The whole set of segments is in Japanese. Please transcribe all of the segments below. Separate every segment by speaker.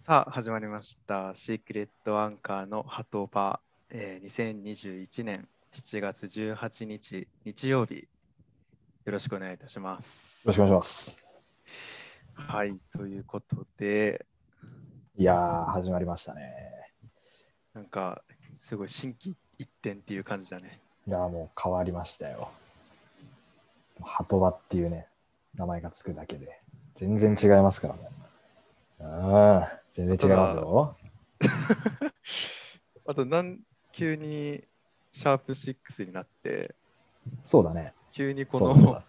Speaker 1: さあ始まりました「シークレットアンカーのハトバ」えー、2021年7月18日日曜日よろしくお願いいたします。
Speaker 2: よろしくお願いします。
Speaker 1: はいということで
Speaker 2: いやー、始まりましたね。
Speaker 1: なんかすごい心機一転っていう感じだね。
Speaker 2: いやー、もう変わりましたよ。ハトバっていうね、名前がつくだけで、全然違いますからね。うん、全然違いますよ。
Speaker 1: あとなん急にシャープ6になって
Speaker 2: そうだね。
Speaker 1: 急にこ
Speaker 2: そうそう
Speaker 1: の
Speaker 2: だ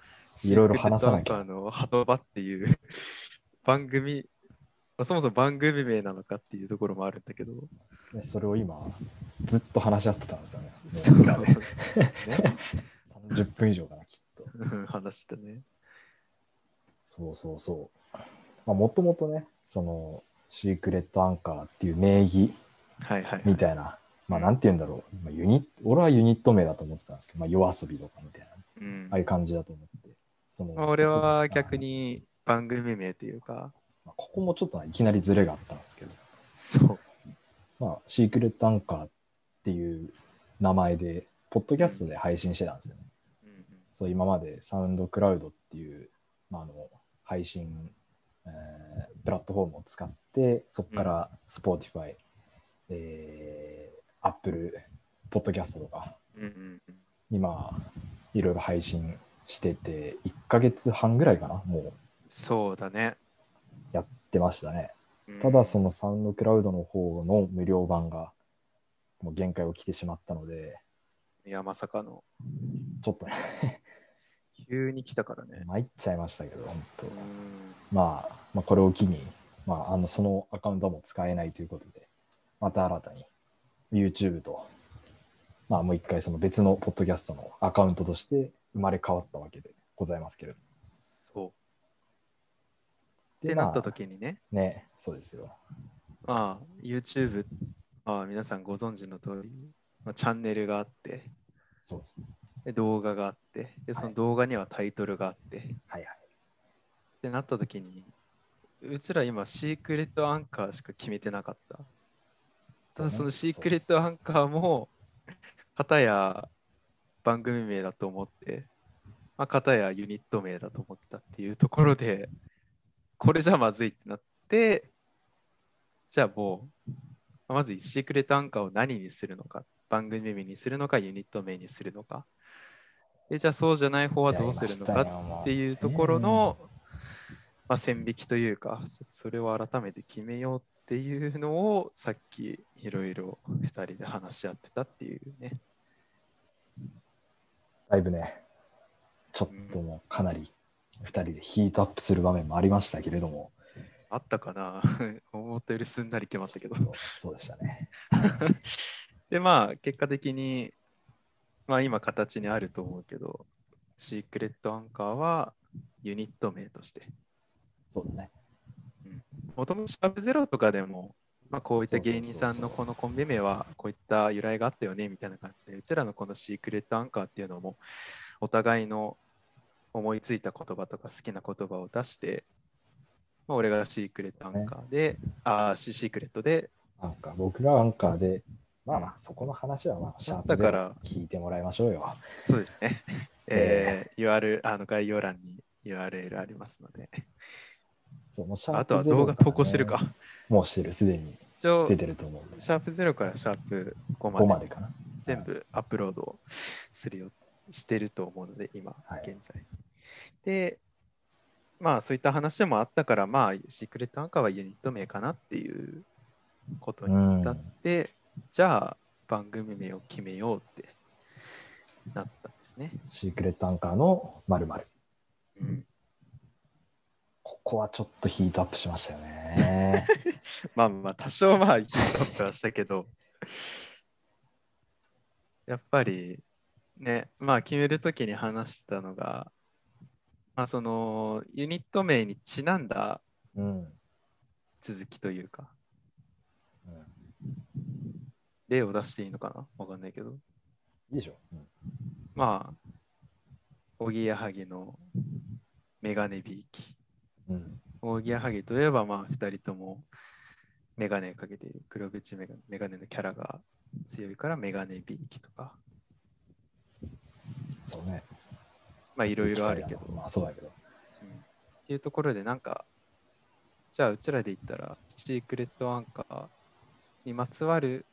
Speaker 2: いろいろ話さなき
Speaker 1: シークレットア
Speaker 2: ゃ
Speaker 1: ンカーのハトバっていう 番組まあそもそも番組名なのかっていうところもあるんだけど、
Speaker 2: でそれを今、ずっと話し合ってたんですよね。裏で
Speaker 1: ね、
Speaker 2: 10分以上かな、きっと。
Speaker 1: うん話してね。
Speaker 2: そうそうそう。もともとね、その、シークレットアンカーっていう名義
Speaker 1: はいはい、はい
Speaker 2: み。たいな、まあなんて言うんだろう、まあ、ユニット俺はユニット名だと思ってたんですけど、まあ夜遊びとかみたいな、
Speaker 1: うん
Speaker 2: ああいう感じだと思って。その
Speaker 1: まあ、俺は逆、に番組名というか、
Speaker 2: まあここもちょっといきなりズレがあったんですけど、
Speaker 1: そう。
Speaker 2: まあシークレットアンカーっていう名前で、ポッドキャストで配信してたんですよね。
Speaker 1: うんうん
Speaker 2: そう今までサウンドクラウドっていう、まあ、あの配信、えープラットフォームを使ってそこからスポーティファイ、えー、Apple ポッドキャストとか
Speaker 1: うんうんうん
Speaker 2: 今いろいろ配信してて1ヶ月半ぐらいかなもう
Speaker 1: そうだね。
Speaker 2: やってましたねただそのサウンドクラウドの方の無料版がもう限界を来てしまったので
Speaker 1: の。いや、まさかの。
Speaker 2: ちょっとね
Speaker 1: 急に来たからね。
Speaker 2: 参っちゃいましたけど本当
Speaker 1: うん
Speaker 2: まあ、まあ、これを機に、まあ、あのそのアカウントはもう使えないということで、また新たに YouTube と、まあ、もう一回その別のポッドキャストのアカウントとして生まれ変わったわけでございますけれど。
Speaker 1: そう。っ
Speaker 2: で
Speaker 1: てなった
Speaker 2: ま
Speaker 1: 時にね、
Speaker 2: あ、ね、そうですよ。
Speaker 1: まあ、YouTube、まあ、皆さんご存知の通り、まあ、チャンネルがあって、
Speaker 2: そうです。
Speaker 1: で動画があってで、その動画にはタイトルがあって、
Speaker 2: はいはい。
Speaker 1: ってなった時にうちら今シークレットアンカーしか決めてなかったただそのシークレットアンカーも片や番組名だと思って、まあ、片やユニット名だと思ってたっていうところでこれじゃまずいってなってじゃあもうまあまずシークレットアンカーを何にするのか番組名にするのかユニット名にするのかでじゃあそうじゃない方はどうするのかっっ
Speaker 2: って
Speaker 1: いうところの、まあ、線引きというか、ちょっとそれを改めて決めようっていうのを、さっきいろいろ2人で話し合ってたっていうね。
Speaker 2: だいぶね、ちょっともうかなり2人でヒートアップする場面もありましたけれども、
Speaker 1: あったかな 思ったよりすんなり決まったけど。
Speaker 2: そうでしたね。
Speaker 1: で、まあ、結果的に、まあ、今、形にあると思うけど、シークレットアンカーはユニット名として、
Speaker 2: そうだね。
Speaker 1: もともとシャープゼロとかでも、まあ、こういった芸人さん
Speaker 2: そうそうそうそ
Speaker 1: の
Speaker 2: う
Speaker 1: このコンビ名はこういった由来があったよねみたいな感じで、うちらのこのシークレットアンカーっていうのも、お互いの思いついた言葉とか好きな言葉を出して、まあ、俺がシークレットアンカーで、ああ、シシークレットで、
Speaker 2: なんか僕がアンカーで、まあまあそこの話はまあシャープ
Speaker 1: だか
Speaker 2: で
Speaker 1: ら
Speaker 2: 聞いてもらいましょうよ。
Speaker 1: そうです ね、えー URL、あの概要欄に URL ありますので、
Speaker 2: そうもうシャープ
Speaker 1: あとは
Speaker 2: ゼロ
Speaker 1: 動
Speaker 2: ら
Speaker 1: 画
Speaker 2: ね
Speaker 1: 投稿してる。か。
Speaker 2: もうしてる、すでに
Speaker 1: 一応
Speaker 2: 出、てると思うんで、
Speaker 1: シャープゼロからシャープ5
Speaker 2: 5
Speaker 1: ま
Speaker 2: ま
Speaker 1: で
Speaker 2: でかな。
Speaker 1: 全部アップロードするよしてると思うので、今
Speaker 2: はい、
Speaker 1: 現在。で、まあ、そういった話もあったから、まあ、シークレットアンカーはユニット名かなっていうこと
Speaker 2: う
Speaker 1: に
Speaker 2: ん
Speaker 1: なっ、て、じゃあ、番組名を決めようってなったんですね。
Speaker 2: シークレットアンカーの〇〇。ここはちょっとヒートアップしましたよね。
Speaker 1: まあまあ、多少まあ、ヒートアップはしたけど、やっぱりね、まあ、決めるときに話したのが、まあ、そのユニット名にちなんだ
Speaker 2: うん。うん
Speaker 1: 続きというか、例を出していいのかなわかんないけど、
Speaker 2: いいでしょ。うん
Speaker 1: まあ、おぎやはぎのメガネビーキ。
Speaker 2: うん
Speaker 1: おぎやはぎといえば、まあ、2人とも、メガネかけている黒縁メガネメガネのキャラが強いからメガネビーキとか、
Speaker 2: そうね。
Speaker 1: まあい
Speaker 2: い
Speaker 1: ろいろあるけど、
Speaker 2: まあそうだけど。
Speaker 1: うんっていうところでなんか、じゃあうちらで言ったら、シークレットアンカーにまつわる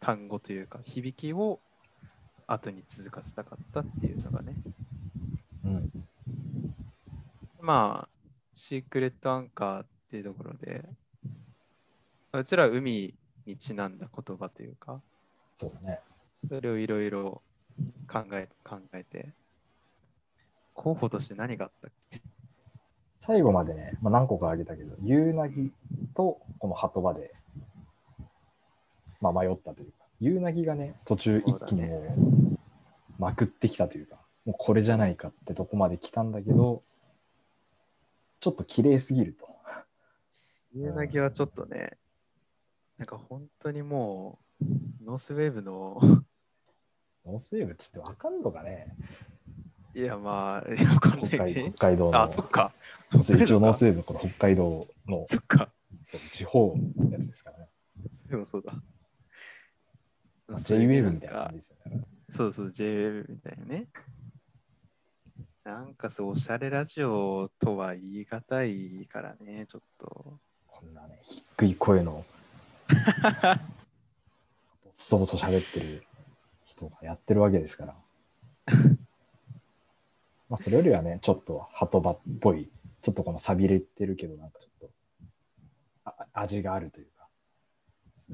Speaker 1: 単語というか、響きを後に続かせたかったっていうのがね、
Speaker 2: うん。
Speaker 1: まあ、シークレットアンカーっていうところで、うちらは海にちなんだ言葉というか、
Speaker 2: そうだね。
Speaker 1: それをいろいろ考え考えて、候補として何があったっけ
Speaker 2: 最後までね、まあ、何個か挙げたけど、夕凪とこの鳩場で、まあ、迷ったというか、夕凪がね、途中一気にもう、まくってきたというか、もうこれじゃないかってとこまで来たんだけど、ちょっと綺麗すぎると。
Speaker 1: 夕凪はちょっとね、なんか本当にもう、ノースウェーブの、
Speaker 2: ノースウェーブっつってわかんのかね
Speaker 1: いやまあ、いやわかんない
Speaker 2: 北海
Speaker 1: ね
Speaker 2: 北海道
Speaker 1: あ、そっ
Speaker 2: の、
Speaker 1: か、
Speaker 2: そう一応ノースウェーブこの北海道の
Speaker 1: そっか、
Speaker 2: そう地方のやつですからね。
Speaker 1: でもそうだ。
Speaker 2: まあ J-Wave みたいな感じですよね。
Speaker 1: そうそう、JWEB みたいなね。なんかそう、おしゃれラジオとは言い難いからね、ちょっと。
Speaker 2: こんなね、低い声の、ぼそぼそ喋ってる人がやってるわけです から。まあ、それよりはね、ちょっと鳩場っぽい、ちょっとこの錆びれてるけど、なんかちょっと、あ味があるというか。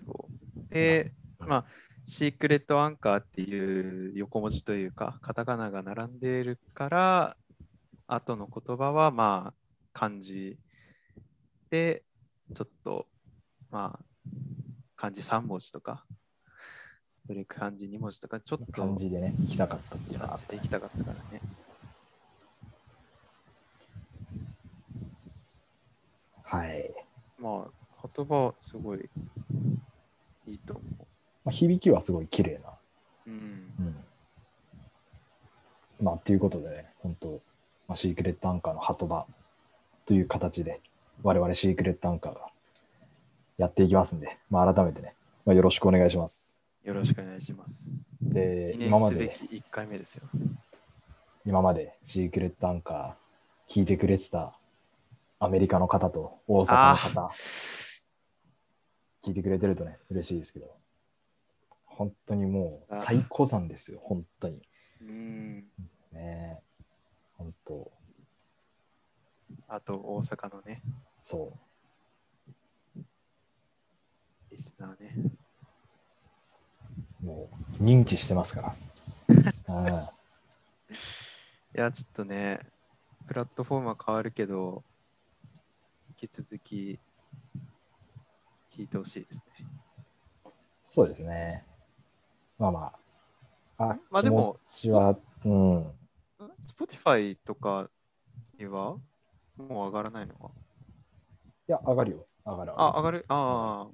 Speaker 1: そうで、
Speaker 2: うん
Speaker 1: まあ、シークレットアンカーっていう横文字というか、カタカナが並んでいるから、後の言葉は、まあ、漢字で、ちょっと、まあ、漢字3文字とか、それ漢字2文字とか、ちょっと
Speaker 2: 感じでね、行きたかったっていうのが
Speaker 1: 感
Speaker 2: あっ
Speaker 1: じ
Speaker 2: て
Speaker 1: でいきたかったからね。
Speaker 2: はい。
Speaker 1: まあ、言葉はすごいいいと思
Speaker 2: まあ、響きはすごい綺麗な
Speaker 1: う。うん。
Speaker 2: うんまあ、ということでね、本当、まあ、シークレットアンカーの鳩場という形で、我々シークレットアンカーがやっていきますんで、まあ、改めてね、まあ、よろしくお願いします。
Speaker 1: よろしくお願いします。
Speaker 2: で
Speaker 1: 記、
Speaker 2: 今
Speaker 1: 念
Speaker 2: ます
Speaker 1: べ
Speaker 2: で、
Speaker 1: き1回目ですよ。
Speaker 2: 今までシークレットアンカー聞いてくれてたアメリカの方と大阪の方、聞いてくれてるとね、嬉しいですけど、本当にもう
Speaker 1: あー
Speaker 2: 最高山ですよ、本当に。
Speaker 1: うん。
Speaker 2: ね本当。
Speaker 1: あと、大阪のね、
Speaker 2: そう。
Speaker 1: リスナーね。
Speaker 2: もう認知してますから。うん
Speaker 1: いや、ちょっとね、プラットフォームは変わるけど、引き続き聞いてほしいですね。
Speaker 2: そうですね。まあまあ。あ、
Speaker 1: まあでも
Speaker 2: 気持ちは、うん。
Speaker 1: Spotify とかにはもう上がらないのか
Speaker 2: いや、上がるよ。上がる。
Speaker 1: あ、上が
Speaker 2: る。
Speaker 1: るあ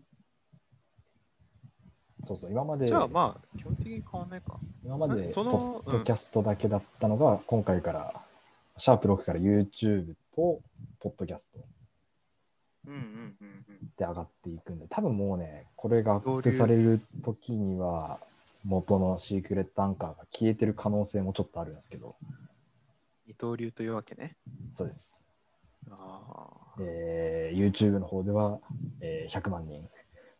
Speaker 2: そうそう、今ま
Speaker 1: あ。
Speaker 2: で、
Speaker 1: じゃあまあ、基本的に変わんないか。
Speaker 2: 今まで、
Speaker 1: え
Speaker 2: ポ
Speaker 1: その
Speaker 2: ッドキャストだけだったのが、今回から、シャープ6から YouTube と、ポッドキャスト
Speaker 1: うんうんうんうん。
Speaker 2: で上がっていくんで、多分もうね、これがアップされる時には、元のシークレットアンカーが消えてる可能性もちょっとあるんですけど、
Speaker 1: 二刀流というわけね。
Speaker 2: そうです。
Speaker 1: ああ。
Speaker 2: えー YouTube の方では、えー100万人、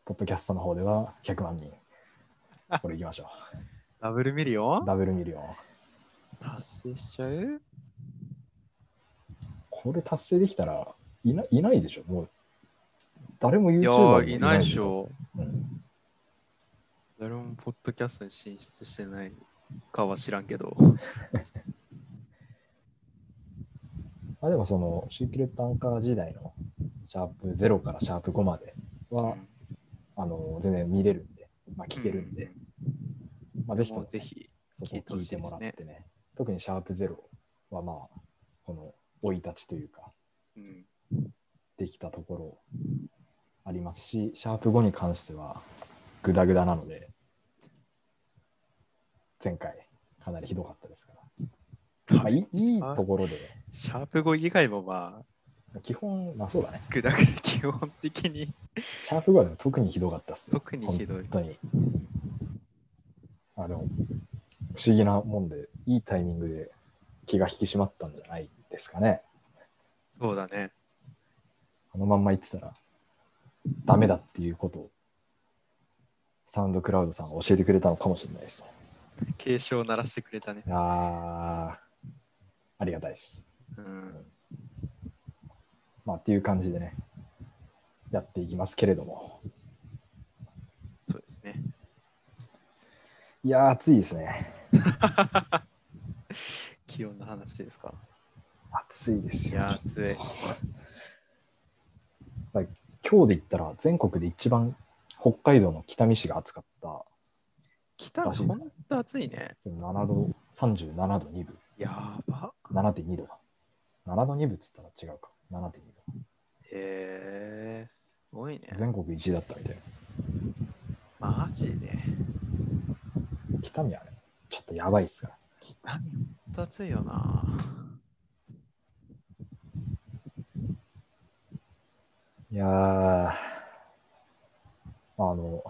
Speaker 2: ポッドキャストの方では100万人。これいきましょ
Speaker 1: ダブルミリオ
Speaker 2: う。
Speaker 1: ン
Speaker 2: ダブルミリオン。
Speaker 1: 達成しちゃう
Speaker 2: これ達成できたらいないないでしょ、もう。誰も YouTuber
Speaker 1: いや
Speaker 2: にも
Speaker 1: ー、いないでしょ。
Speaker 2: いないでしょ。うん
Speaker 1: 誰もポッドキャストに進出してないかは知らんけど。
Speaker 2: まあ、でもその、シークレットアンカー時代のシャープ0からシャープ5までは、あの全然見れるんで、まあ、聞けるんで、まあ、ぜひと
Speaker 1: も
Speaker 2: も
Speaker 1: うぜひ。
Speaker 2: そこを聞いてもらってね。特にシャープ0はまあ、この生い立ちというか、
Speaker 1: うん。
Speaker 2: できたところありますし、シャープ5に関してはグダグダなので、前回かなりひどかったですから。まあ、いいいいところで、
Speaker 1: シャープ語以外もまあ、
Speaker 2: 基本、まあそうだね。
Speaker 1: グダグダ基本的 に
Speaker 2: シャープ5はでも特にひどかったっすよ。
Speaker 1: 特にひどい
Speaker 2: 本当に。あの、不思議なもんで、いいタイミングで気が引き締まったんじゃないですかね。
Speaker 1: そうだね
Speaker 2: あのまんま言ってたら、ダメだっていうことを、サウンドクラウドさんが教えてくれたのかもしれないですね。
Speaker 1: 警鐘を鳴らしてくれたね
Speaker 2: あーありがたいです。
Speaker 1: うん
Speaker 2: まあ、っていう感じでね、やっていきますけれども。
Speaker 1: そうですね
Speaker 2: いやー、暑いですね。
Speaker 1: 気温の話ですか
Speaker 2: 暑いですよ。
Speaker 1: いやー暑い
Speaker 2: ちょっと。だから今日で言ったら、全国で一番北海道の北見市が暑かった。
Speaker 1: 北
Speaker 2: らしいです
Speaker 1: 本当暑いね
Speaker 2: 7度、37度2分、
Speaker 1: やば
Speaker 2: 7.2度だ。7度2分っつったら違うか。7.2度。
Speaker 1: へえすごいね
Speaker 2: 全国1位だったみたいな。
Speaker 1: マジで
Speaker 2: 北見はね、ちょっとやばいっすから。
Speaker 1: 北見本当暑いよな
Speaker 2: はいやー、あの、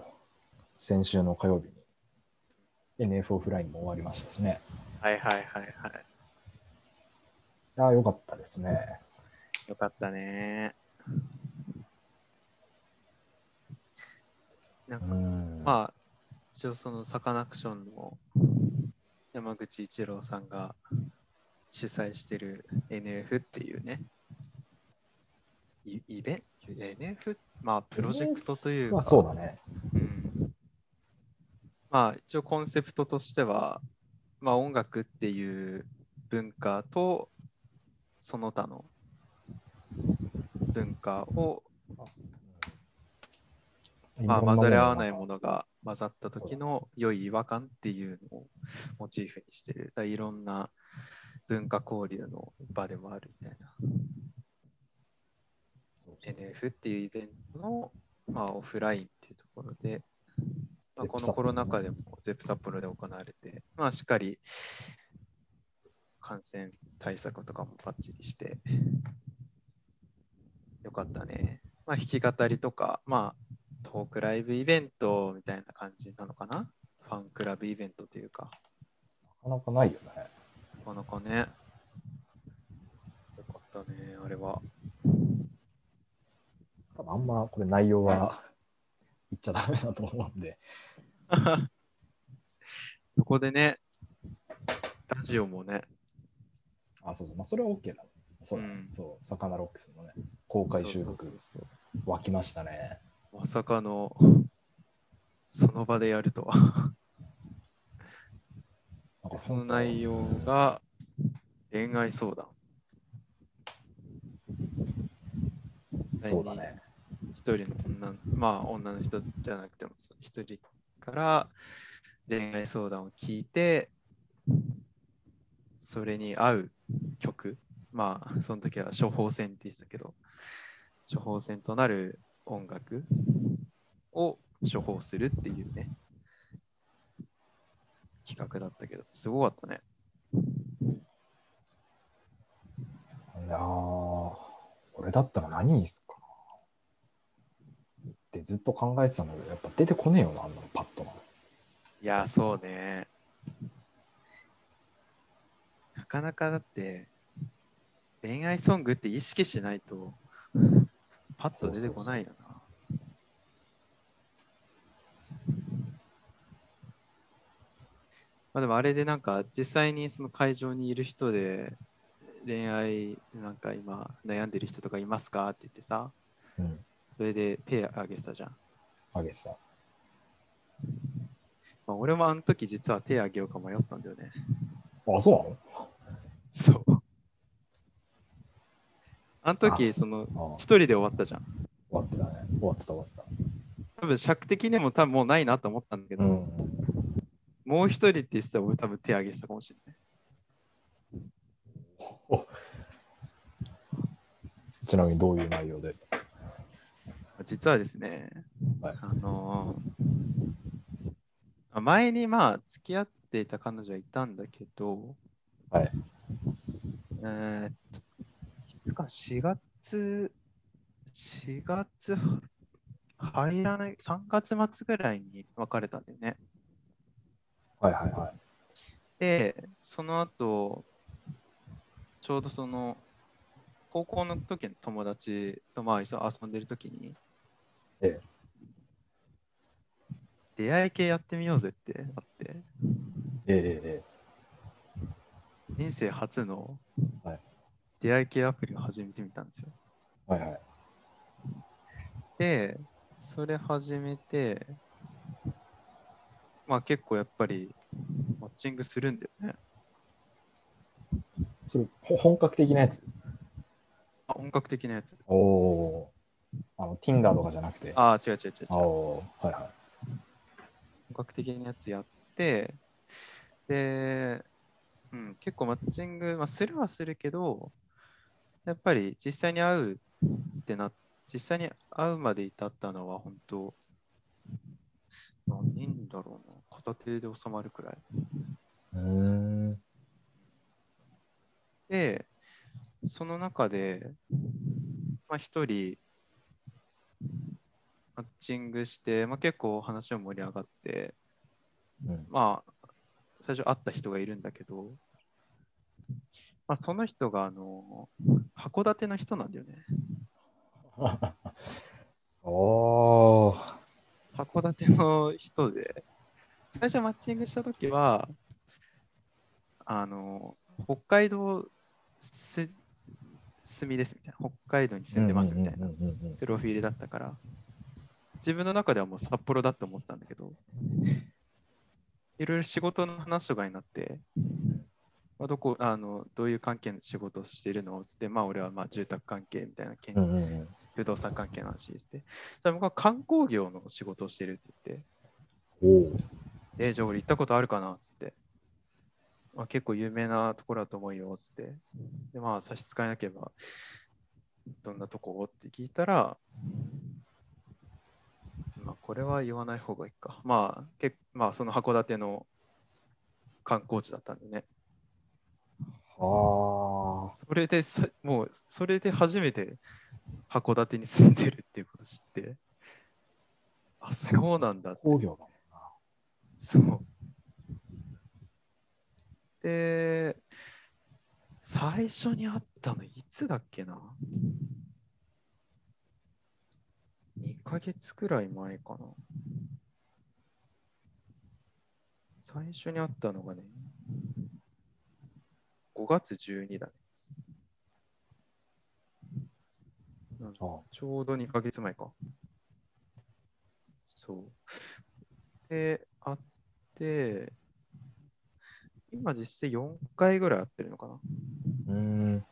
Speaker 2: 先週の火曜日に NF オフラインも終わりましたしね。
Speaker 1: はいはいはいはい
Speaker 2: ああ、よかったですね。
Speaker 1: よかったねなん
Speaker 2: う
Speaker 1: か
Speaker 2: ん。あ、
Speaker 1: まあ、一応そのサカナクションの山口一郎さんが主催してる NF っていうね、イイベント、NF? まあ、プロジェクトというか、
Speaker 2: まあ、そうだね。
Speaker 1: うんまあ、一応コンセプトとしては、まあ、音楽っていう文化とその他の文化をまあ、混ざり合わないものが混ざった時の良い違和感っていうのをモチーフにしてる。だからいろんな文化交流の場でもあるみたいな。NF っていうイベントの、まあ、オフラインっていうところで、まあ、
Speaker 2: ゼップ
Speaker 1: こ
Speaker 2: 札幌
Speaker 1: のコロナ禍でもゼップ札幌で行われて、まあ、しっかり感染対策とかもバッチリして、よかったね。まあ、弾き語りとか、まあ、トークライブイベントみたいな感じなのかなファンクラブイベントというか、
Speaker 2: なかなかないよね。
Speaker 1: なかなかね。よかったね、あれは。
Speaker 2: 多分あんまこれ内容は言っちゃダメだと思うんで。
Speaker 1: そこでね、ラジオもね、
Speaker 2: あ、そうそう。まあ、それは OK だ。そうだね、
Speaker 1: うん
Speaker 2: そう、サカナロックスのね、公開収
Speaker 1: そうそう
Speaker 2: 録、
Speaker 1: そう
Speaker 2: 沸きましたね。
Speaker 1: そうまさかの、その場でやるとは。
Speaker 2: なんか
Speaker 1: その内容が、恋愛相談。
Speaker 2: そうだね。
Speaker 1: 一人の女の、まあ女の人じゃなくても、一人から恋愛相談を聞いて、それに合う曲、まあその時は処方箋って言ってたけど、処方箋となる音楽を処方するっていうね、企画だったけど、すごかったね。
Speaker 2: いやー、俺だったら何にすっかな。ってずっと考えてたんだけど、やっぱ出てこねえよな、あんなのパッとな。
Speaker 1: いや、そうね。なかなかだって、恋愛ソングって意識しないと、パッと出てこないよな。まあでもあれでなんか実際にその会場にいる人で恋愛なんか今悩んでる人とかいますかって言ってさ、
Speaker 2: うん、
Speaker 1: それで手挙げたじゃん。
Speaker 2: あげてた。
Speaker 1: まあ、俺もあの時実は手挙げようか迷ったんだよね。
Speaker 2: あ、そう
Speaker 1: そう。あの時、
Speaker 2: あ
Speaker 1: その、
Speaker 2: なのあ
Speaker 1: 一人で終わったじゃん。
Speaker 2: 終わってたね。終わってた、終わってた。
Speaker 1: 多分尺的にも多分もうないなと思ったんだけど、
Speaker 2: うん。
Speaker 1: もう一人って言ってたら俺多分手挙げてたかもしれない。
Speaker 2: ちなみにどういう内容で。
Speaker 1: 実はですね、
Speaker 2: はい
Speaker 1: あのー前にまあ付き合っていた彼女はいたんだけど、
Speaker 2: はい
Speaker 1: えーっといつか4月月、4月入らない、3月末ぐらいに別れたんだよね。
Speaker 2: はいはいはい。
Speaker 1: で、その後、ちょうどその、高校の時の友達とまあ一緒に遊んでる時に、
Speaker 2: え
Speaker 1: 出会い系やってみようぜってあって、
Speaker 2: ええええ
Speaker 1: 人生初の
Speaker 2: はい
Speaker 1: 出会い系アプリを始めてみたんですよ。
Speaker 2: えはいはい。
Speaker 1: で、それ始めて、まあ結構やっぱりマッチングするんだよね。
Speaker 2: それ、ほ本格的なやつ。
Speaker 1: あ、本格的なやつ。
Speaker 2: おおー。あの、Tinder とかじゃなくて。
Speaker 1: あー、違う違う違う違う。本
Speaker 2: おーはいは
Speaker 1: 格的なやつやって、で、うん、結構マッチング、まあ、するはするけど、やっぱり実際に会うってな、実際に会うまで至ったのは本当、何人だろうな、片手で収まるくらい。
Speaker 2: い。うーん。
Speaker 1: で、その中で、まあ、一人、マッチングして、まあ、結構話も盛り上がって、
Speaker 2: うん。
Speaker 1: まあ、最初会った人がいるんだけど、まあ、その人が、あの、函館の人なんだよね。
Speaker 2: おー
Speaker 1: 函館の人で、最初マッチングした時は、あの、北海道す、住みですみたいな、北海道に住んでますみたいな。
Speaker 2: うんうんうんうんうん
Speaker 1: プロフィールだったから、自分の中ではもう札幌だって思ってたんだけど、いろいろ仕事の話とかになって、まあ、どこあのどういう関係の仕事をしてるのっつって、まあ、俺はまあ住宅関係みたいな建、
Speaker 2: うんうんうん。
Speaker 1: 不動産関係の話ですって、じゃあ僕は観光業の仕事をしてるって言って、
Speaker 2: おー
Speaker 1: えーじゃあ俺行ったことあるかなっつって、まあ、結構有名なところだと思うよっつって、でまあ差し支えなければ、どんなとこって聞いたら、まあこれは言わない方がいいか。まあ、けまあ、その函館の観光地だったんでね。
Speaker 2: は
Speaker 1: それでさ、もう、それで初めて函館に住んでるっていうことを知って、あ、そうなんだ
Speaker 2: あ。工業だもんな。
Speaker 1: そう。で、最初に会ったのいつだっけな ?2 ヶ月くらい前かな。最初に会ったのがね、5月12だね。うん
Speaker 2: あー
Speaker 1: ちょうど2ヶ月前か。そう。で、会って、今実際4回ぐらい会ってるのかな。
Speaker 2: うーん。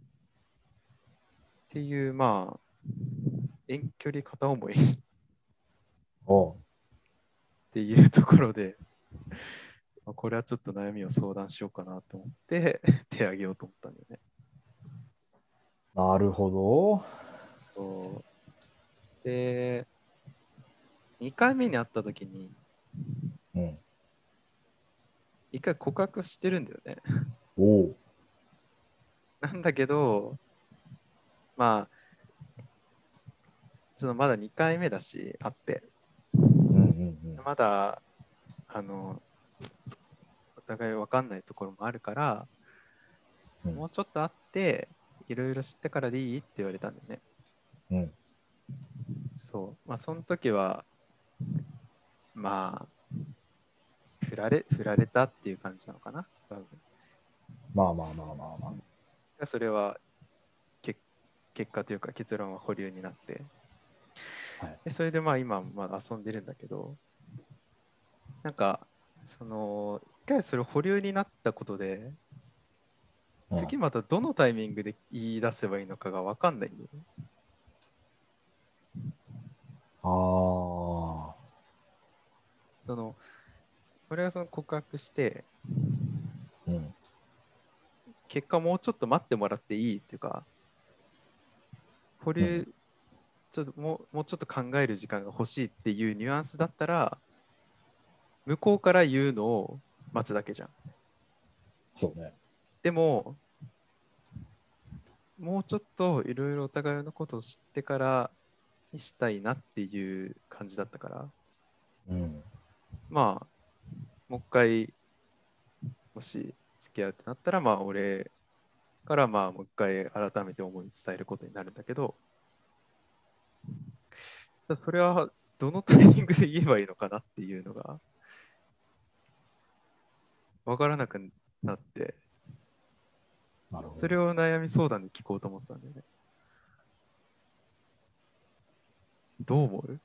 Speaker 1: っていう、まあ、遠距離片思い っ
Speaker 2: おう
Speaker 1: ていうところで、まあこれはちょっと悩みを相談しようかなと思って、手挙げようと思ったんだよね。
Speaker 2: なるほ
Speaker 1: そうで、2回目に会った時に、
Speaker 2: ど。うん。
Speaker 1: 1回告白してるんだよね。
Speaker 2: おう。
Speaker 1: なんだけど、まあ、そのまだ2回目だし、会って、
Speaker 2: うんうん
Speaker 1: まだ、あの、お互い分かんないところもあるから、
Speaker 2: うん
Speaker 1: もうちょっと会って、いろいろ知ってからでいいって言われたんだよね。
Speaker 2: うん。うん。
Speaker 1: そう。まあ、その時は、まあ、振られ、振られたっていう感じなのかな。多分
Speaker 2: まあまあまあまあまあ。
Speaker 1: それは結結果というか結論は保留になって、
Speaker 2: はい
Speaker 1: でそれでまあ今まだ遊んでるんだけどなんかその一回それ保留になったことで
Speaker 2: うん
Speaker 1: 次またどのタイミングで言い出せばいいのかが分かんないんだよね
Speaker 2: あ
Speaker 1: その俺がその告白して
Speaker 2: あ。うん。
Speaker 1: 結果もうちょっと待ってもらっていいっていうか保留、ちょっともうもうちょっと考える時間が欲しいっていうニュアンスだったら向こうから言うのを待つだけじゃん
Speaker 2: そうね。
Speaker 1: でももうちょっといろいろお互いのことを知ってからにしたいなっていう感じだったから、
Speaker 2: うん。
Speaker 1: まあ、もう一回、もし付き合うってなったら、まあ、俺からまあ、もう一回改めて思い伝えることになるんだけど、じゃあそれはどのタイミングで言えばいいのかなっていうのが、わからなくなって、
Speaker 2: なるほど。
Speaker 1: それを悩み相談で聞こうと思ってたんだよね。どう思う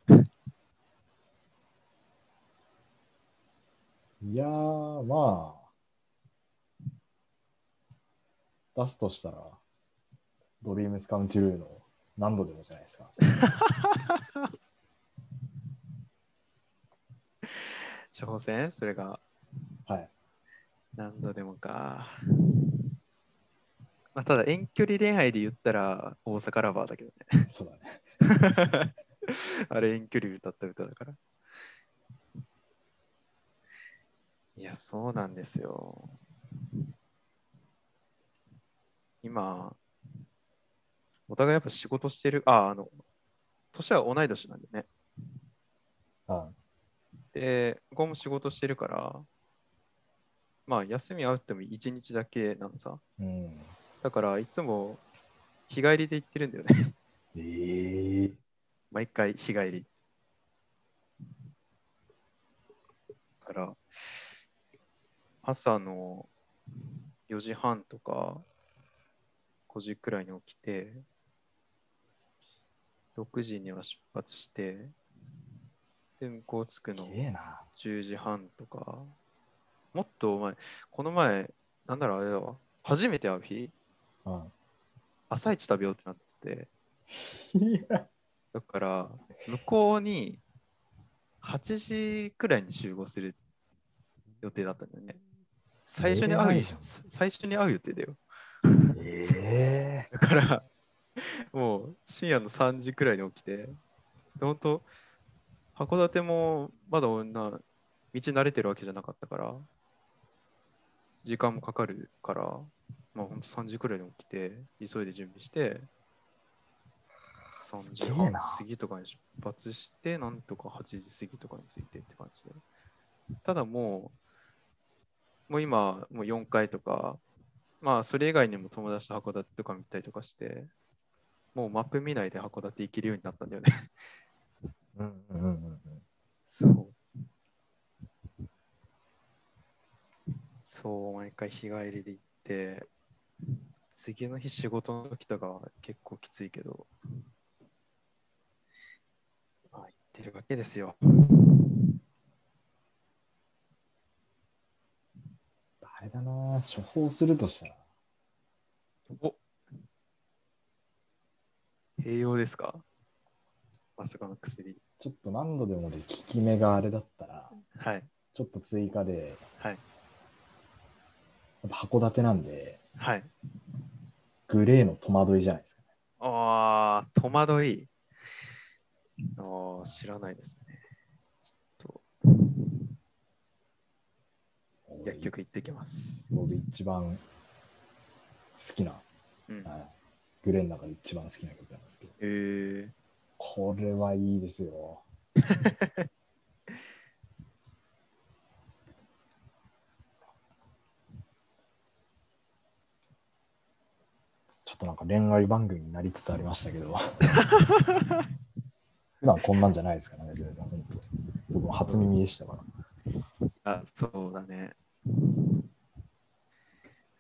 Speaker 2: いやー、まあ、出すとしたら、ドリームスカウンティルーの何度でもじゃないですか。
Speaker 1: 処方箋それが
Speaker 2: はい。
Speaker 1: 何度でもか。まあ、ただ遠距離恋愛で言ったら大阪ラバーだけど
Speaker 2: そうだね。
Speaker 1: ね。 あれ遠距離歌った歌だから。いや、そうなんですよ。今、お互いやっぱ仕事してる。あ、あの、年は同い年なんでね。
Speaker 2: あ
Speaker 1: で、ここも仕事してるから、まあ、休みあっても1日だけなのさ。
Speaker 2: うん。
Speaker 1: だから、いつも日帰りで行ってるんだよね。
Speaker 2: えー、
Speaker 1: 毎回日帰り。だから、朝の4時半とか5時くらいに起きて、6時には出発して、で、向こう着くの
Speaker 2: き。れいな。
Speaker 1: 10時半とか、もっとお前、この前、なんだろう、あれだわ、初めて会う日、
Speaker 2: うん。
Speaker 1: 朝一食べようってなってて、
Speaker 2: いや、
Speaker 1: だから、向こうに8時くらいに集合する予定だったんだよね。最初に会
Speaker 2: え
Speaker 1: う、
Speaker 2: えじゃん
Speaker 1: 最初に会う予定だよ。
Speaker 2: え
Speaker 1: だから、もう深夜の3時くらいに起きて、で本当、函館もまだ女、道慣れてるわけじゃなかったから、時間もかかるから、まあ本当3時くらいに起きて、急いで準備して、3時
Speaker 2: すげえ
Speaker 1: 半
Speaker 2: な
Speaker 1: 過ぎとかに出発して、なんとか8時過ぎとかに着いてって感じで。ただもう、もう今、もう4回とか、まあそれ以外にも友達と函館とか見たりとかして、もうマップ見ないで函館行けるようになったんだよね。
Speaker 2: ー、うんうんうんうんうん。
Speaker 1: そう。そう、毎回日帰りで行って、次の日仕事の時とかは結構きついけど、まあ行ってるわけですよ。
Speaker 2: あれだな、処方するとしたら、
Speaker 1: お栄養ですかまさかの薬。
Speaker 2: ちょっと何度でもで効き目があれだったら、
Speaker 1: はい。
Speaker 2: ちょっと追加で、
Speaker 1: はい。
Speaker 2: やっぱ函館なんで、
Speaker 1: はい。
Speaker 2: グレーの戸惑いじゃないですか。
Speaker 1: ああ、戸惑い。ああ、知らないですね。ちょっと薬局行ってきます。
Speaker 2: 僕一番好きな、
Speaker 1: うん。
Speaker 2: はいグレーの中で一番好きな曲なんですけど、
Speaker 1: えー、
Speaker 2: これはいいですよ。 ちょっとなんか恋愛番組になりつつありましたけど。 普段こんなんじゃないですからね、全然本当僕も初耳でしたから。
Speaker 1: あ、そうだね。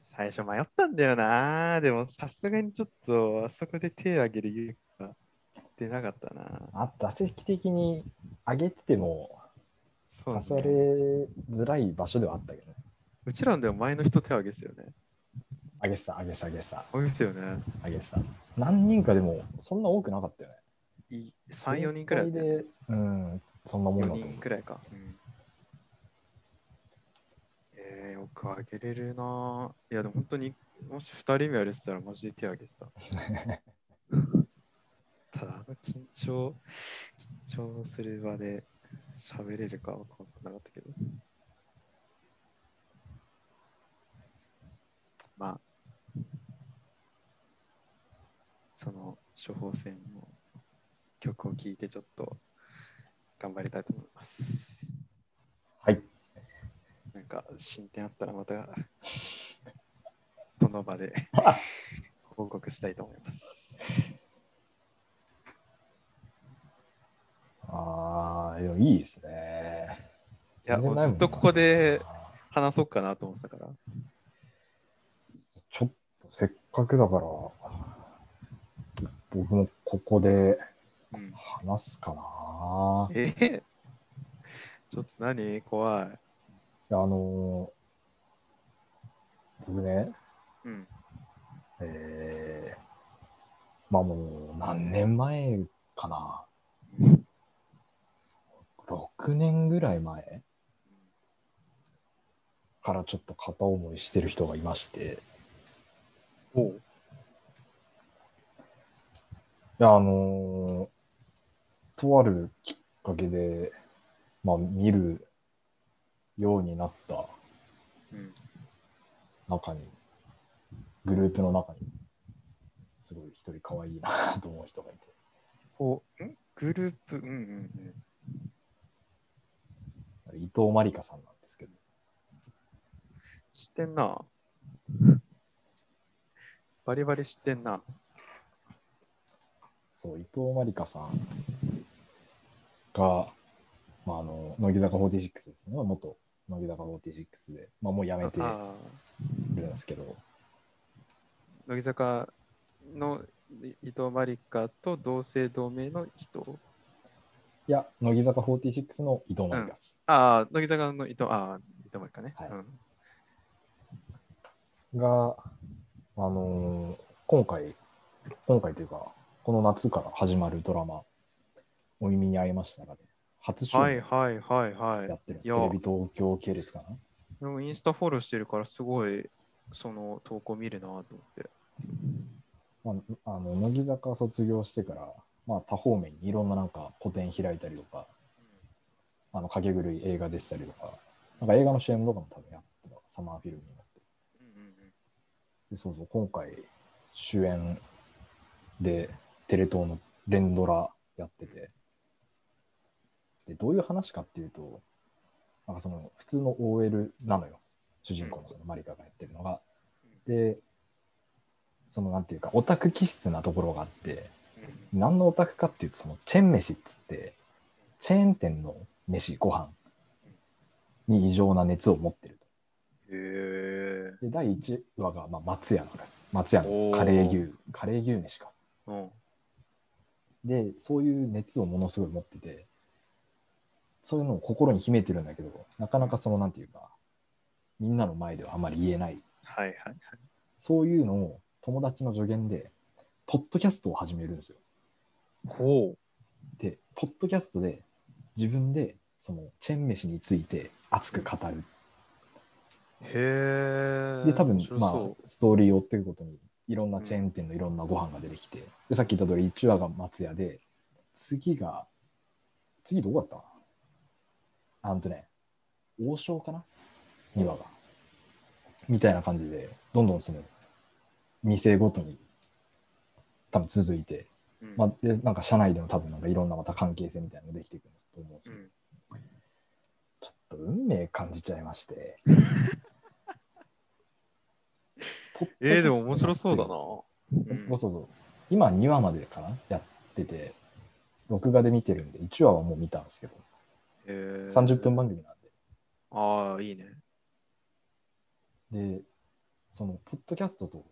Speaker 1: 最初迷ったんだよな。でも、さすがにちょっと、あそこで手を挙げる勇気が出なかったな。
Speaker 2: あ打席的に上げてても
Speaker 1: そう
Speaker 2: 刺
Speaker 1: だ
Speaker 2: され
Speaker 1: ね。
Speaker 2: づらい場所ではあったけどね。
Speaker 1: うちらのでも前の人手を挙げてたよね。
Speaker 2: 上げてた、上げてた、上げてた、
Speaker 1: 挙げてたよね。
Speaker 2: 上げてた。何人かでもそんな多くなかったよね。
Speaker 1: い3、4人くらいだ
Speaker 2: 全
Speaker 1: ったよね
Speaker 2: 体で。うん、そんなもんだ
Speaker 1: 4
Speaker 2: と思う
Speaker 1: 人。くらいか。えー、よくあげれるなぁいや、でも本当に、もし2人目やれてたらマジで手あげて た。ただ、あの緊張、緊張する場で喋れるかは分かんなかったけど。まあ、その処方箋の曲を聴いてちょっと頑張りたいと思います。
Speaker 2: はい。
Speaker 1: なんか進展あったらまたこの場で報告したいと思い ます。
Speaker 2: ああ、でもいいですね。
Speaker 1: いや、
Speaker 2: 全然
Speaker 1: も
Speaker 2: な
Speaker 1: う
Speaker 2: いもんな
Speaker 1: ずっとここで話そうかなと思ってたから。
Speaker 2: ちょっとせっかくだから、僕もここで
Speaker 1: うん、
Speaker 2: 話すかな。
Speaker 1: えーちょっと何怖い。
Speaker 2: いやあのー僕ね、
Speaker 1: うん。
Speaker 2: えー、まあもう何年前かな。6年ぐらい前からちょっと片思いしてる人がいまして、
Speaker 1: おう。
Speaker 2: いやあのーとあるきっかけで、まあ見るようになった
Speaker 1: うん。
Speaker 2: 中に、グループの中に、すごい一人可愛いなと思う人がいて、
Speaker 1: おんグループ、うんうんうん。
Speaker 2: 伊藤まりかさんなんですけど、
Speaker 1: 知ってんな。バリバリ知ってんな。
Speaker 2: そう、伊藤まりかさんが、まあ、あの、乃木坂46ですね、元乃木坂46で、まあ、もう辞めて
Speaker 1: ああ、
Speaker 2: るんですけど、
Speaker 1: 乃木坂のい伊藤まりかと同姓同名の人。
Speaker 2: いや、乃木坂46の伊藤まりかです
Speaker 1: ああ、乃木坂の伊藤、ああ、伊藤まりかね。
Speaker 2: はい
Speaker 1: うん、
Speaker 2: が、あのー今回、今回というか、この夏から始まるドラマ、お耳に合いましたが、初主
Speaker 1: はい
Speaker 2: 演
Speaker 1: はいはいはい。
Speaker 2: やってるんです、
Speaker 1: いや
Speaker 2: テレビ東京系列かな。
Speaker 1: でもインスタフォローしてるから、すごい、その投稿見るなと思って。
Speaker 2: まあ、あの乃木坂卒業してから、まあ、多方面にいろんななんか個展開いたりとか、あの掛け狂い映画でしたりとか、なんか映画の CM とかも多分やってた、サマーフィルムになって。
Speaker 1: うん
Speaker 2: で、そうそう、今回、主演でテレ東の連ドラやってて、で、どういう話かっていうと、なんかその、普通の OL なのよ。主人公のそのマリカがやってるのが。で、その、なんていうか、オタク気質なところがあって、
Speaker 1: うんうん
Speaker 2: 何のオタクかっていうと、そのチェーン飯っつって、チェーン店の飯、ご飯に異常な熱を持ってる
Speaker 1: へえ。
Speaker 2: と。で、第1話が、まあ、松屋の、松屋のカレー牛、カレー牛飯か。
Speaker 1: うん。
Speaker 2: で、そういう熱をものすごい持ってて、そういうのを心に秘めてるんだけど、なかなかその、なんていうか、みんなの前ではあまり言えない。
Speaker 1: はいはい。
Speaker 2: そういうのを友達の助言で、ポッドキャストを始めるんですよ。
Speaker 1: ほう。
Speaker 2: で、ポッドキャストで自分でそのチェーン飯について熱く語る。
Speaker 1: へえ。
Speaker 2: で、多分
Speaker 1: 面白、
Speaker 2: まあ
Speaker 1: そ、
Speaker 2: ストーリーを追っていくことに、いろんなチェーン店のいろんなご飯が出てきて、で、さっき言った通り、1話が松屋で、次が、次どこだったかなあんとね、王将かな ?2 話が。みたいな感じで、どんどんその、店ごとに、多分続いて、
Speaker 1: ううん
Speaker 2: まあ、で、なんか社内でも多分なんかいろんなまた関係性みたいなのができていくんですと思うんです
Speaker 1: う
Speaker 2: けど、
Speaker 1: ん
Speaker 2: ちょっと運命感じちゃいまして。
Speaker 1: えー、でも面白そうだな。
Speaker 2: ポッドキャストやってるんですよそうそうそう。今2話までかなやってて、録画で見てるんで、1話はもう見たんですけど、
Speaker 1: えー
Speaker 2: 30分番組なん
Speaker 1: ああ、いいね。
Speaker 2: で。で、その、ポッドキャストと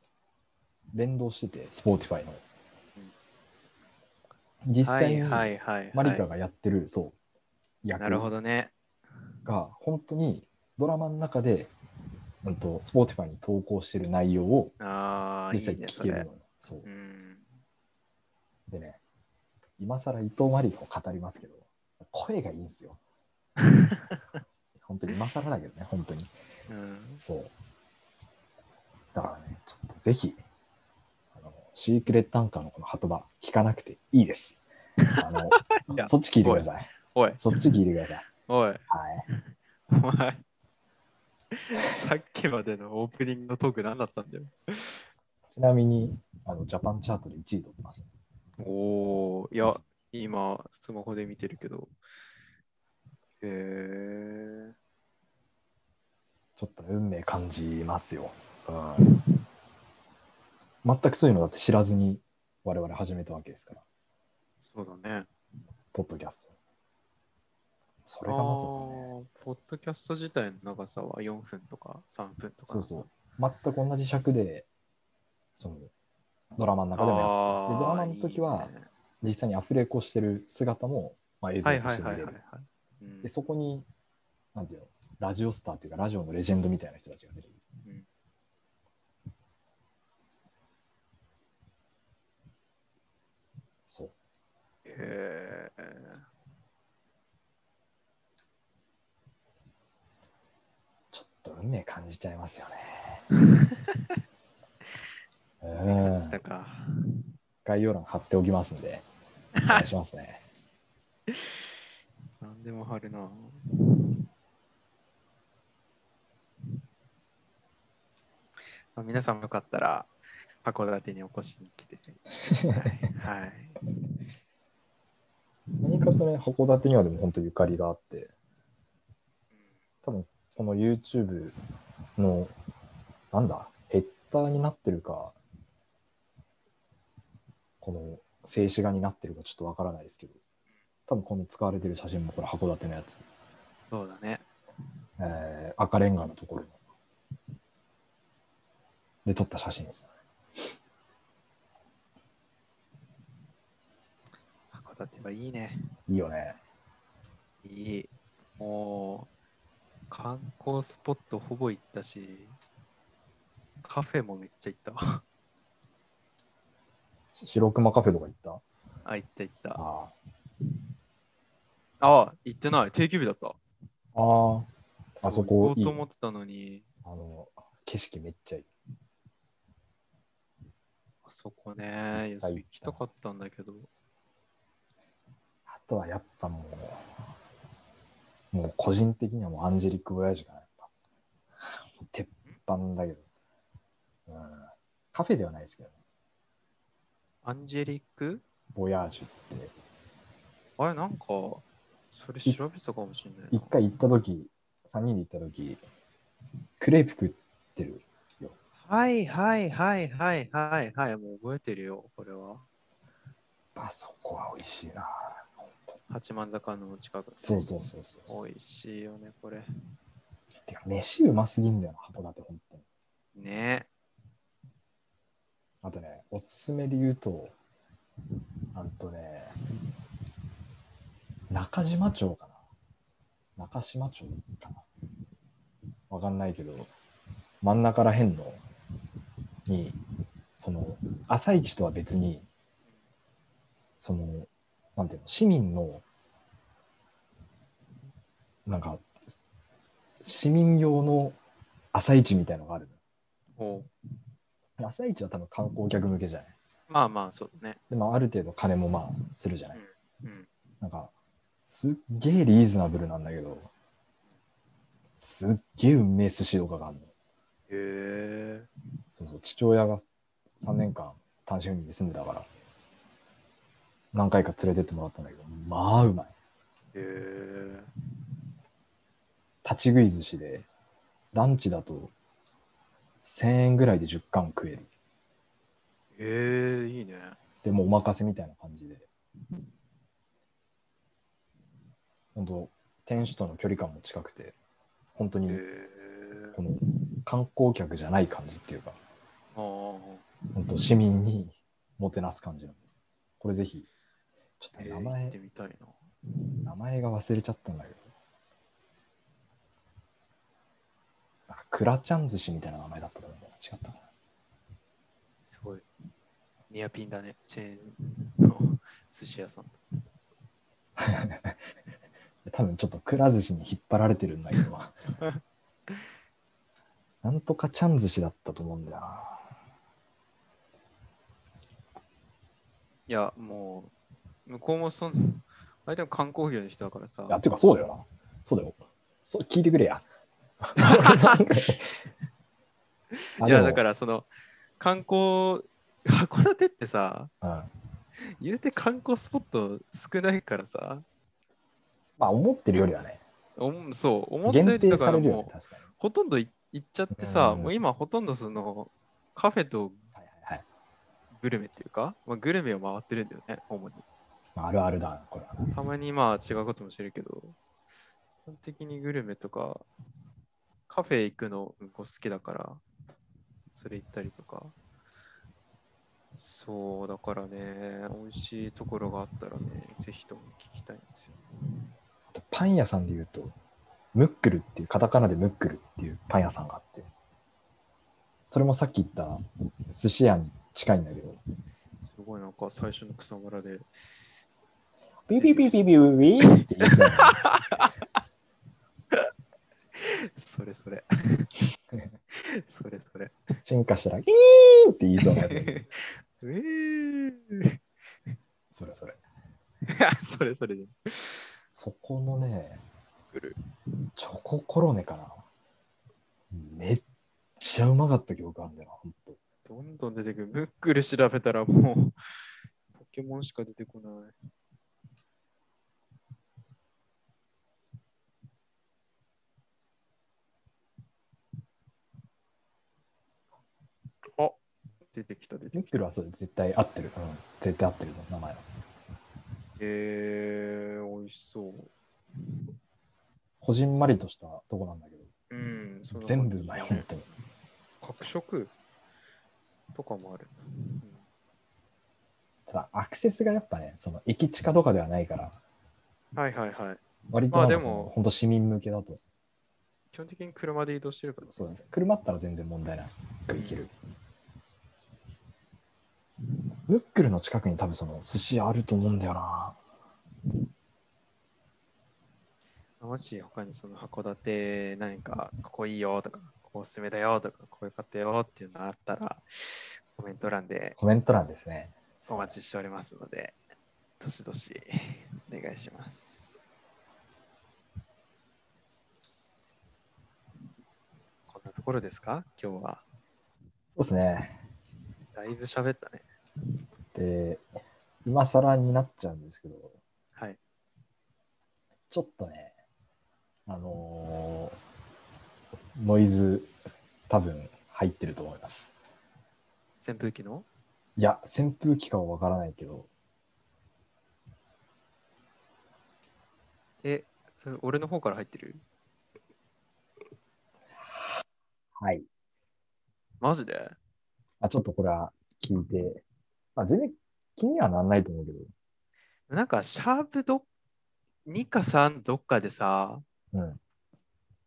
Speaker 2: 連動してて、スポーティファイの。実
Speaker 1: は
Speaker 2: 際
Speaker 1: い
Speaker 2: に
Speaker 1: は
Speaker 2: マ
Speaker 1: いはい、はい。
Speaker 2: リカがやってる、そう、役
Speaker 1: なるほどね。
Speaker 2: が本当にドラマの中で、うんと、スポーティファイに投稿してる内容を
Speaker 1: ああ、い
Speaker 2: 実
Speaker 1: い
Speaker 2: 際
Speaker 1: ね、
Speaker 2: 聞
Speaker 1: そ
Speaker 2: けるの
Speaker 1: れ
Speaker 2: よ。。そう
Speaker 1: う。ん。
Speaker 2: でね、今更伊藤真理子を語りますけど、声がいいん ですよ。本当に今更だけどね、本当に。
Speaker 1: うん、
Speaker 2: そう。だからね、ちょっとぜひ、あの、シークレットアンカーのこの鳩場、聞かなくていいです。あの
Speaker 1: いや
Speaker 2: そっち聞いてください。
Speaker 1: おい、
Speaker 2: そっち聞いてください。
Speaker 1: おい、
Speaker 2: はい。
Speaker 1: お前。さっきまでのオープニングのトーク何だったんだよ。
Speaker 2: ちなみに、あのジャパンチャートで1位取ってます。
Speaker 1: おお、いや、今、スマホで見てるけど。へえ。
Speaker 2: ちょっとね運命感じますよ。うん。全くそういうのだって知らずに我々始めたわけですから、
Speaker 1: そうだね。
Speaker 2: ポッドキャスト。そ
Speaker 1: あ
Speaker 2: れがまさかね、
Speaker 1: ーポッドキャスト自体の長さは4分とか3分とか。
Speaker 2: そうそう。。全く同じ尺で、その、ドラマの中でもやっ
Speaker 1: ああ。
Speaker 2: でドラマの時はい
Speaker 1: いね
Speaker 2: 実際にアフレコしてる姿も、まあ、映像
Speaker 1: はい
Speaker 2: と
Speaker 1: は
Speaker 2: し
Speaker 1: い
Speaker 2: て
Speaker 1: はい
Speaker 2: 見れ
Speaker 1: はい
Speaker 2: る。
Speaker 1: はい。うん
Speaker 2: で、そこに、なんていうの、ラジオスターっていうか、ラジオのレジェンドみたいな人たちが出てくる。
Speaker 1: うん
Speaker 2: そう。
Speaker 1: へえ。
Speaker 2: ちょっと運命感じちゃいますよね。う
Speaker 1: 感じ
Speaker 2: ん
Speaker 1: たか。
Speaker 2: 概要欄貼っておきますんで、お願いしますね。
Speaker 1: 何でも貼るな。まあ皆さんもよかったら函館にお越しに来て。 はい。はい、
Speaker 2: 何かとね、函館にはでも本当ゆかりがあって、多分この YouTube の、なんだ、ヘッダーになってるか、この静止画になってるかちょっとわからないですけど、多分この使われてる写真もこれ函館のやつ、
Speaker 1: そうだね。
Speaker 2: えー赤レンガのところので撮った写真です。
Speaker 1: 函館はいいね。
Speaker 2: いいよね。
Speaker 1: いい。もう、観光スポットほぼ行ったし、カフェもめっちゃ行ったわ。
Speaker 2: 白熊カフェとか行った
Speaker 1: あ、行った行った。あ
Speaker 2: あ
Speaker 1: あ、行ってない。定休日だった。
Speaker 2: あー。あそこ
Speaker 1: 行こうと思ってたのに、
Speaker 2: あの、景色めっちゃいい。
Speaker 1: あそこね、いやそう行きたかったんだけど。
Speaker 2: あとはやっぱもう、もう個人的にはもうアンジェリック・ボヤージュかな、やっぱ。鉄板だけど。うん、カフェではないですけどね、
Speaker 1: アンジェリック
Speaker 2: ボヤージュって、
Speaker 1: あれ、なんか、それ調べてたかもしれないな
Speaker 2: 一。回行った時、三人で行った時、クレープ食ってる。
Speaker 1: はいはいはいはいはいはい、もう覚えてるよ、これは。
Speaker 2: あそこは美味しいな。ほんと
Speaker 1: 八幡坂の近く。
Speaker 2: そうそうそうそうそう。
Speaker 1: 美味しいよね、これ。
Speaker 2: てか、飯うますぎんだよな、函館、本当に。
Speaker 1: ね
Speaker 2: あとね、おすすめで言うと、あとね、中島町かな中島町かなわかんないけど、真ん中らへんのに、その、朝市とは別に、その、なんていうの、市民の、なんか、市民用の朝市みたいのがある
Speaker 1: おう
Speaker 2: の。朝市は多分観光客向けじゃない
Speaker 1: まあまあ、そうだね。
Speaker 2: で、まあ、ある程度金もまあするじゃない。
Speaker 1: うん。
Speaker 2: なんか、すっげえリーズナブルなんだけど、すっげえうめえ寿司とかがあるの。
Speaker 1: へえ。
Speaker 2: そうそう、父親が3年間単身赴任で住んでたから、何回か連れてってもらったんだけど、まあうまい。
Speaker 1: へえ。
Speaker 2: 立ち食い寿司で、ランチだと1000円ぐらいで10貫食える。
Speaker 1: へえ、いいね。
Speaker 2: でもうお任せみたいな感じで。本当店主との距離感も近くて、本当
Speaker 1: へ
Speaker 2: に
Speaker 1: え。
Speaker 2: この観光客じゃない感じっていうか、
Speaker 1: ああ。
Speaker 2: 本当市民にもてなす感じの。これぜひ、ちょっと
Speaker 1: え
Speaker 2: 名
Speaker 1: ー
Speaker 2: 前、
Speaker 1: 行ってみたいな。
Speaker 2: 名前が忘れちゃったんだけど。なんかクラちゃん寿司みたいな名前だったと思うんだよな。違ったかな。
Speaker 1: すごい。ニアピンだね。チェーンの 寿司屋さんと。
Speaker 2: 多分ちょっとくら寿司に引っ張られてるんだけ ど。なんとかちゃん寿司だったと思うんだよな。
Speaker 1: いや、もう、向こうもそん、あれでも観光業の人だからさ、
Speaker 2: あ、てかそうだよな。そうだよ。そう聞いてくれ や。
Speaker 1: いや、だからその、観光函館ってさ、
Speaker 2: うん。ま
Speaker 1: 言うて観光スポット少ないからさ、
Speaker 2: あ、思ってるよりはね、
Speaker 1: おんそう、思ったよ
Speaker 2: 限
Speaker 1: り
Speaker 2: 定
Speaker 1: だか
Speaker 2: さ
Speaker 1: ら
Speaker 2: れるよね
Speaker 1: も、う、
Speaker 2: 確かに。
Speaker 1: ほとんどい行っちゃってさ、
Speaker 2: うん
Speaker 1: もう今ほとんどその、カフェと
Speaker 2: はいはいはい。
Speaker 1: グルメっていうか、まあ、グルメを回ってるんだよね、主に。
Speaker 2: まあ、あるあるだな、これはな。
Speaker 1: たまにまあ違うこともしてるけど、基本的にグルメとか、カフェ行くのうんこ好きだから、それ行ったりとか。そう、だからね、美味しいところがあったらね、ぜひとも聞きたいんですよ。
Speaker 2: あとパン屋さんで言うと、ムックルっていう、カタカナでムックルっていうパン屋さんがあって、それもさっき言った寿司屋に近いんだけど、
Speaker 1: すごいなんか最初の草むらで、
Speaker 2: ビビビビビビビって言いそ うな
Speaker 1: それそれ。それそれ。
Speaker 2: 進化したら、ギーンって言いそうなやつがいる。
Speaker 1: うー
Speaker 2: それそれ。
Speaker 1: それそれじゃん。
Speaker 2: そこのね
Speaker 1: 来る、
Speaker 2: チョココロネかな。めっちゃうまかった記憶あるんだよな、ほんと。
Speaker 1: どんどん出てくる。ムックル調べたらもう、ポケモンしか出てこない。あ出てきた、出て
Speaker 2: ム
Speaker 1: き
Speaker 2: ックルはそれ絶対合ってる。うん、絶対合ってるの、名前は。
Speaker 1: た。えー、美味しそう。
Speaker 2: こじんまりとしたとこなんだけど、
Speaker 1: うん、そんな感じ
Speaker 2: 全部うまい、ほんとに。
Speaker 1: 角食とかもある。うん
Speaker 2: ただアクセスがやっぱね、その駅地下とかではないから、
Speaker 1: はいはいはい。
Speaker 2: 割となん
Speaker 1: まあ
Speaker 2: か
Speaker 1: で
Speaker 2: そ
Speaker 1: も
Speaker 2: の、本当市民向けだと、
Speaker 1: 基本的に車で移動してるから。
Speaker 2: そうなんです。車あったら全然問題なく行ける。ムックルの近くに多分その寿司屋あると思うんだよな。
Speaker 1: もし他にその函館何かここいいよとか、ここおすすめだよとか、こういう買ったよっていうのあったら、コメント欄で
Speaker 2: コメント欄ですね。
Speaker 1: お待ちしておりますので、どしどしお願いします。こんなところですか今日は。
Speaker 2: そうですね。
Speaker 1: だいぶ喋ったね。
Speaker 2: で、今更になっちゃうんですけど、
Speaker 1: はい。
Speaker 2: ちょっとね、あのーノイズ多分入ってると思います。
Speaker 1: 扇風機の
Speaker 2: いや、扇風機かはわからないけど、
Speaker 1: え、それ俺の方から入ってる
Speaker 2: はい。
Speaker 1: マジで
Speaker 2: あ、ちょっとこれは聞いて、まあ、全然気にはならないと思うけど、
Speaker 1: なんかシャープど2か3どっかでさ、
Speaker 2: うん。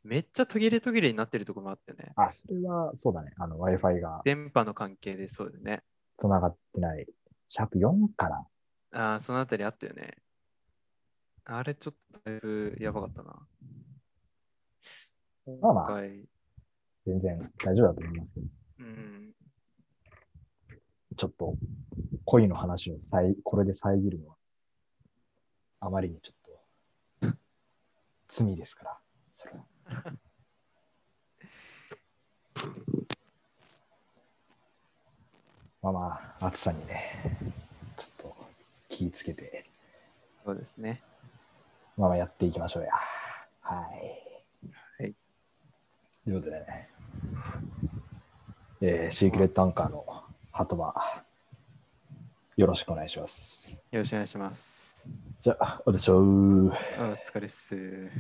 Speaker 1: めっちゃ途切れ途切れになってるとこもあってね。
Speaker 2: あ、それはそうだね。あの Wi-Fi が
Speaker 1: 電波の関係でそうだよね。
Speaker 2: 繋がってない。シャープ4から。
Speaker 1: ああ、そのあたりあったよね。あれちょっとだいぶやばかったな。
Speaker 2: まあ
Speaker 1: 今
Speaker 2: まあ、
Speaker 1: 回、
Speaker 2: 全然大丈夫だと思いますけど、
Speaker 1: うん、
Speaker 2: ちょっと恋の話をさいこれで遮るのは、あまりにちょっと、罪ですから、それは。まあまあ、暑さにね、ちょっと気ぃつけて、
Speaker 1: そうですね。
Speaker 2: まあまあやっていきましょうや。はい。
Speaker 1: はい。
Speaker 2: ということでね、えーシークレットアンカーの鳩場、よろしくお願いします。
Speaker 1: よろしくお願いします。
Speaker 2: じゃあ、私は。
Speaker 1: あお疲れっす。